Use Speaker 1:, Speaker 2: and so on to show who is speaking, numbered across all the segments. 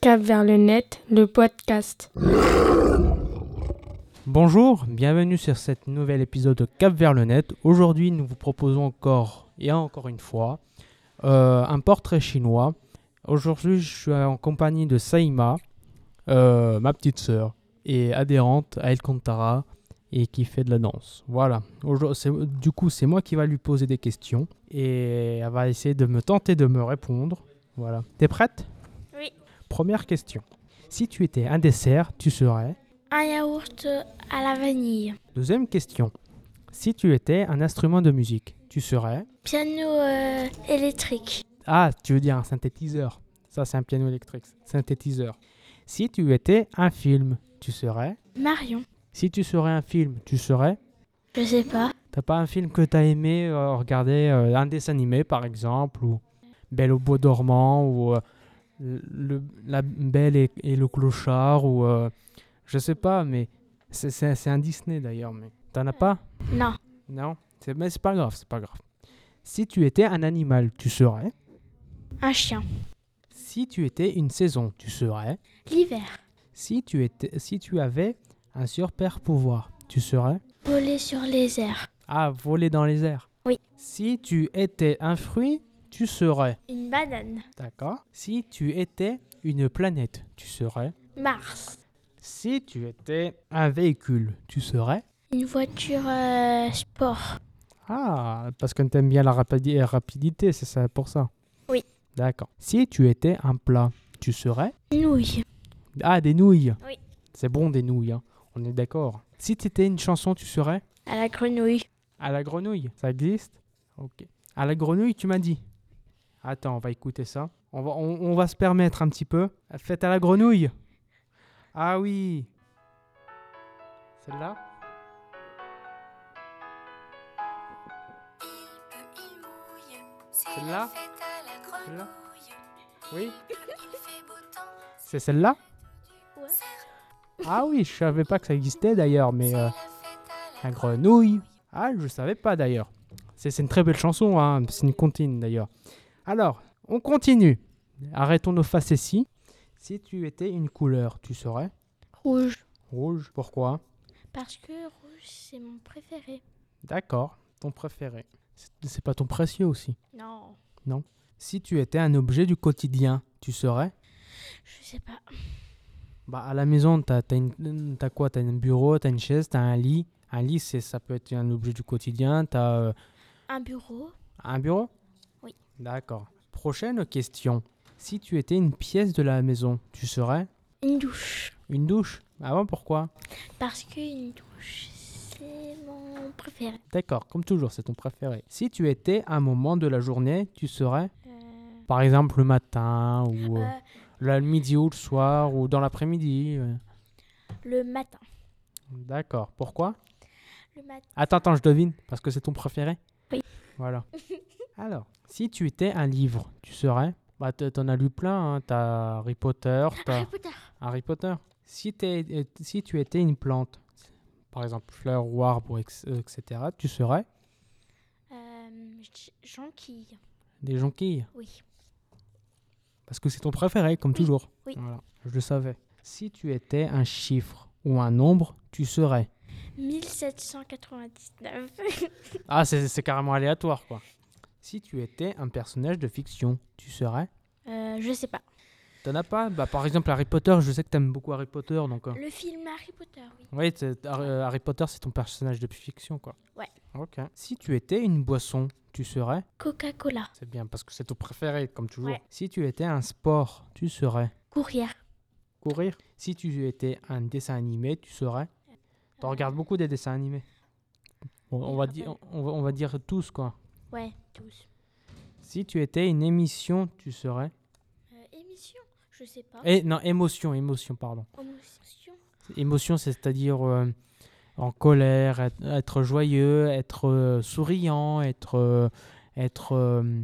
Speaker 1: Cap vers le net, le podcast.
Speaker 2: Bonjour, bienvenue sur cet nouvel épisode de Cap vers le net. Aujourd'hui, nous vous proposons encore et encore une fois euh, un portrait chinois. Aujourd'hui, je suis en compagnie de Saïma, euh, ma petite sœur, et adhérente à El Contara et qui fait de la danse. Voilà. Aujourd- c'est- Du coup, c'est moi qui va lui poser des questions et elle va essayer de me tenter de me répondre. Voilà. T'es prête
Speaker 1: Oui.
Speaker 2: Première question. Si tu étais un dessert, tu serais
Speaker 1: Un yaourt à la vanille.
Speaker 2: Deuxième question. Si tu étais un instrument de musique, tu serais
Speaker 1: Piano euh, électrique.
Speaker 2: Ah, tu veux dire un synthétiseur. Ça, c'est un piano électrique. Synthétiseur. Si tu étais un film, tu serais
Speaker 1: Marion.
Speaker 2: Si tu serais un film, tu serais
Speaker 1: Je sais pas.
Speaker 2: T'as pas un film que t'as aimé euh, regarder, euh, un dessin animé par exemple, ou Belle au bois dormant, ou euh, le, La Belle et, et le clochard, ou euh, je sais pas, mais c'est- c'est c'est un Disney d'ailleurs, mais t'en as pas
Speaker 1: Non.
Speaker 2: Non, c'est mais c'est pas grave, c'est pas grave. Si tu étais un animal, tu serais.
Speaker 1: Un chien.
Speaker 2: Si tu étais une saison, tu serais.
Speaker 1: L'hiver.
Speaker 2: Si tu étais, si tu avais un super pouvoir, tu serais.
Speaker 1: Voler sur les airs.
Speaker 2: Ah, voler dans les airs.
Speaker 1: Oui.
Speaker 2: Si tu étais un fruit, tu serais.
Speaker 1: Une banane.
Speaker 2: D'accord. Si tu étais une planète, tu serais.
Speaker 1: Mars.
Speaker 2: Si tu étais un véhicule, tu serais.
Speaker 1: Une voiture euh, sport.
Speaker 2: Ah, parce que t'aimes bien la rapidi- rapidité, c'est ça pour ça.
Speaker 1: Oui.
Speaker 2: D'accord. Si tu étais un plat, tu serais.
Speaker 1: Nouilles.
Speaker 2: Ah, des nouilles.
Speaker 1: Oui.
Speaker 2: C'est bon, des nouilles. hein. On est d'accord. Si t'étais une chanson, tu serais
Speaker 1: À la grenouille.
Speaker 2: À la grenouille. Ça existe Ok. À la grenouille, tu m'as dit. Attends, on va écouter ça. On va, on, on va se permettre un petit peu. Fête à la grenouille. Ah oui. Celle-là Celle-là Celle-là Oui C'est celle-là
Speaker 1: Ouais.
Speaker 2: Ah oui, je savais pas que ça existait d'ailleurs, mais... euh, la grenouille. Ah, je savais pas d'ailleurs. C'est c'est une très belle chanson, hein. c'est une comptine d'ailleurs. Alors, on continue. Arrêtons nos facéties. Si tu étais une couleur, tu serais
Speaker 1: Rouge.
Speaker 2: Rouge. Pourquoi
Speaker 1: Parce que rouge, c'est mon préféré.
Speaker 2: D'accord, ton préféré. C'est- C'est pas ton précieux aussi.
Speaker 1: Non.
Speaker 2: Si tu étais un objet du quotidien, tu serais
Speaker 1: Je sais pas.
Speaker 2: Bah, à la maison, t'as as une, t'as quoi T'as un bureau, t'as une chaise, t'as un lit. Un lit, c'est ça peut être un objet du quotidien. T'as euh,
Speaker 1: Un bureau.
Speaker 2: Un bureau
Speaker 1: Oui.
Speaker 2: D'accord. Prochaine question. Si tu étais une pièce de la maison, tu serais
Speaker 1: Une douche.
Speaker 2: une douche Avant, pourquoi
Speaker 1: Parce qu'une douche, c'est mon préféré.
Speaker 2: D'accord, comme toujours, c'est ton préféré. Si tu étais un moment de la journée, tu serais Par exemple, le matin, ou euh,
Speaker 1: Euh,
Speaker 2: le midi, ou le soir, ou dans l'après-midi. euh.
Speaker 1: le matin.
Speaker 2: D'accord, pourquoi
Speaker 1: Le matin.
Speaker 2: Attends, attends, je devine, parce que c'est ton préféré
Speaker 1: Oui.
Speaker 2: Voilà. Alors, si tu étais un livre, tu serais Bah, t- t'en as lu plein, hein. T'as Harry Potter, t'as...
Speaker 1: Harry Potter.
Speaker 2: Harry Potter. Si, t'es- euh, si tu étais une plante, par exemple fleur ou arbre, ex- euh, etc., tu serais
Speaker 1: Euh, j- jonquille.
Speaker 2: des jonquilles.
Speaker 1: Oui.
Speaker 2: Parce que c'est ton préféré, comme toujours.
Speaker 1: oui.
Speaker 2: Voilà, je le savais. Si tu étais un chiffre ou un nombre, tu serais.
Speaker 1: 1799.
Speaker 2: Ah, c'est c'est carrément aléatoire, quoi. Si tu étais un personnage de fiction, tu serais.
Speaker 1: Euh, je sais pas.
Speaker 2: T'en as pas bah, Par exemple, Harry Potter, je sais que t'aimes beaucoup Harry Potter, donc. euh,
Speaker 1: Le film Harry Potter, oui.
Speaker 2: Oui, c'est- Har- euh, Harry Potter, c'est ton personnage de fiction, quoi.
Speaker 1: Ouais.
Speaker 2: Ok. Si tu étais une boisson, tu serais.
Speaker 1: Coca-Cola.
Speaker 2: C'est bien parce que c'est ton préféré, comme toujours.
Speaker 1: Ouais.
Speaker 2: Si tu étais un sport, tu serais
Speaker 1: Courrière.
Speaker 2: courir. Si tu étais un dessin animé, tu serais. T'en regardes beaucoup des dessins animés. On, on va,
Speaker 1: me
Speaker 2: dire, on, va, on va dire tous, quoi.
Speaker 1: Ouais, tous.
Speaker 2: Si tu étais une émission, tu serais.
Speaker 1: Euh, émission. Je sais pas.
Speaker 2: Eh, non, émotion, émotion, pardon.
Speaker 1: Émotion.
Speaker 2: Émotion, c'est- c'est-à-dire euh, en colère, être, être joyeux, être euh, souriant, être. euh, être. euh,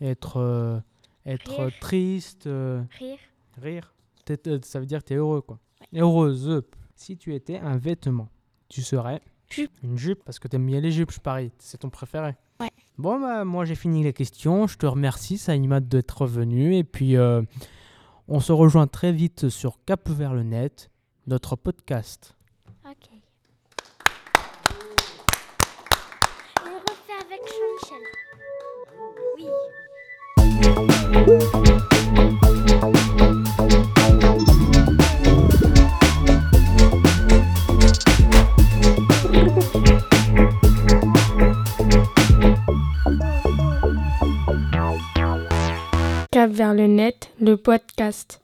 Speaker 2: être. euh, être
Speaker 1: Rire.
Speaker 2: triste, euh,
Speaker 1: Rire.
Speaker 2: rire. t'es- euh, ça veut dire que tu es heureux, quoi. Heureuse. Si tu étais un vêtement, tu serais
Speaker 1: Jupe.
Speaker 2: une jupe, parce que t'aimes bien les jupes, je parie. C'est ton préféré.
Speaker 1: Ouais.
Speaker 2: Bon, bah, moi, j'ai fini les questions. Je te remercie, Saïma, d'être venu. Et puis, euh, on se rejoint très vite sur Cap vers le net, notre podcast.
Speaker 1: Ok. Et on refait avec Jean-Michel. Oui.
Speaker 3: Cap vers le net, le podcast.